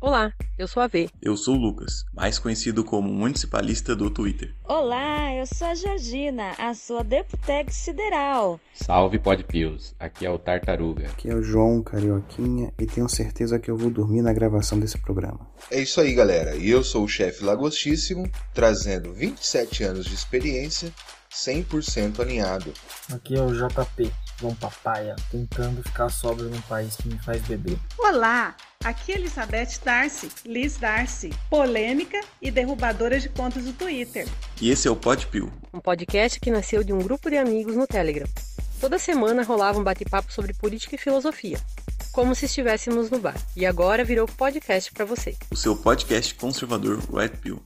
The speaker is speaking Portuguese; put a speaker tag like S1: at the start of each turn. S1: Olá, eu sou a V.
S2: Eu sou o Lucas, mais conhecido como municipalista do Twitter.
S3: Olá, eu sou a Georgina, a sua Deputeg Sideral.
S4: Salve Podpios, aqui é o Tartaruga.
S5: Aqui é o João Carioquinha e tenho certeza que eu vou dormir na gravação desse programa.
S6: É isso aí, galera. E eu sou o chefe Lagostíssimo, trazendo 27 anos de experiência, 100% alinhado.
S7: Aqui é o JP, João Papaya, tentando ficar sóbrio num país que me faz beber.
S8: Olá, aqui é Elizabeth Darcy, Liz Darcy, polêmica e derrubadora de contas do Twitter.
S2: E esse é o Podpil.
S1: Um podcast que nasceu de um grupo de amigos no Telegram. Toda semana rolava um bate-papo sobre política e filosofia, como se estivéssemos no bar. E agora virou podcast para você.
S2: O seu podcast conservador Red Pill.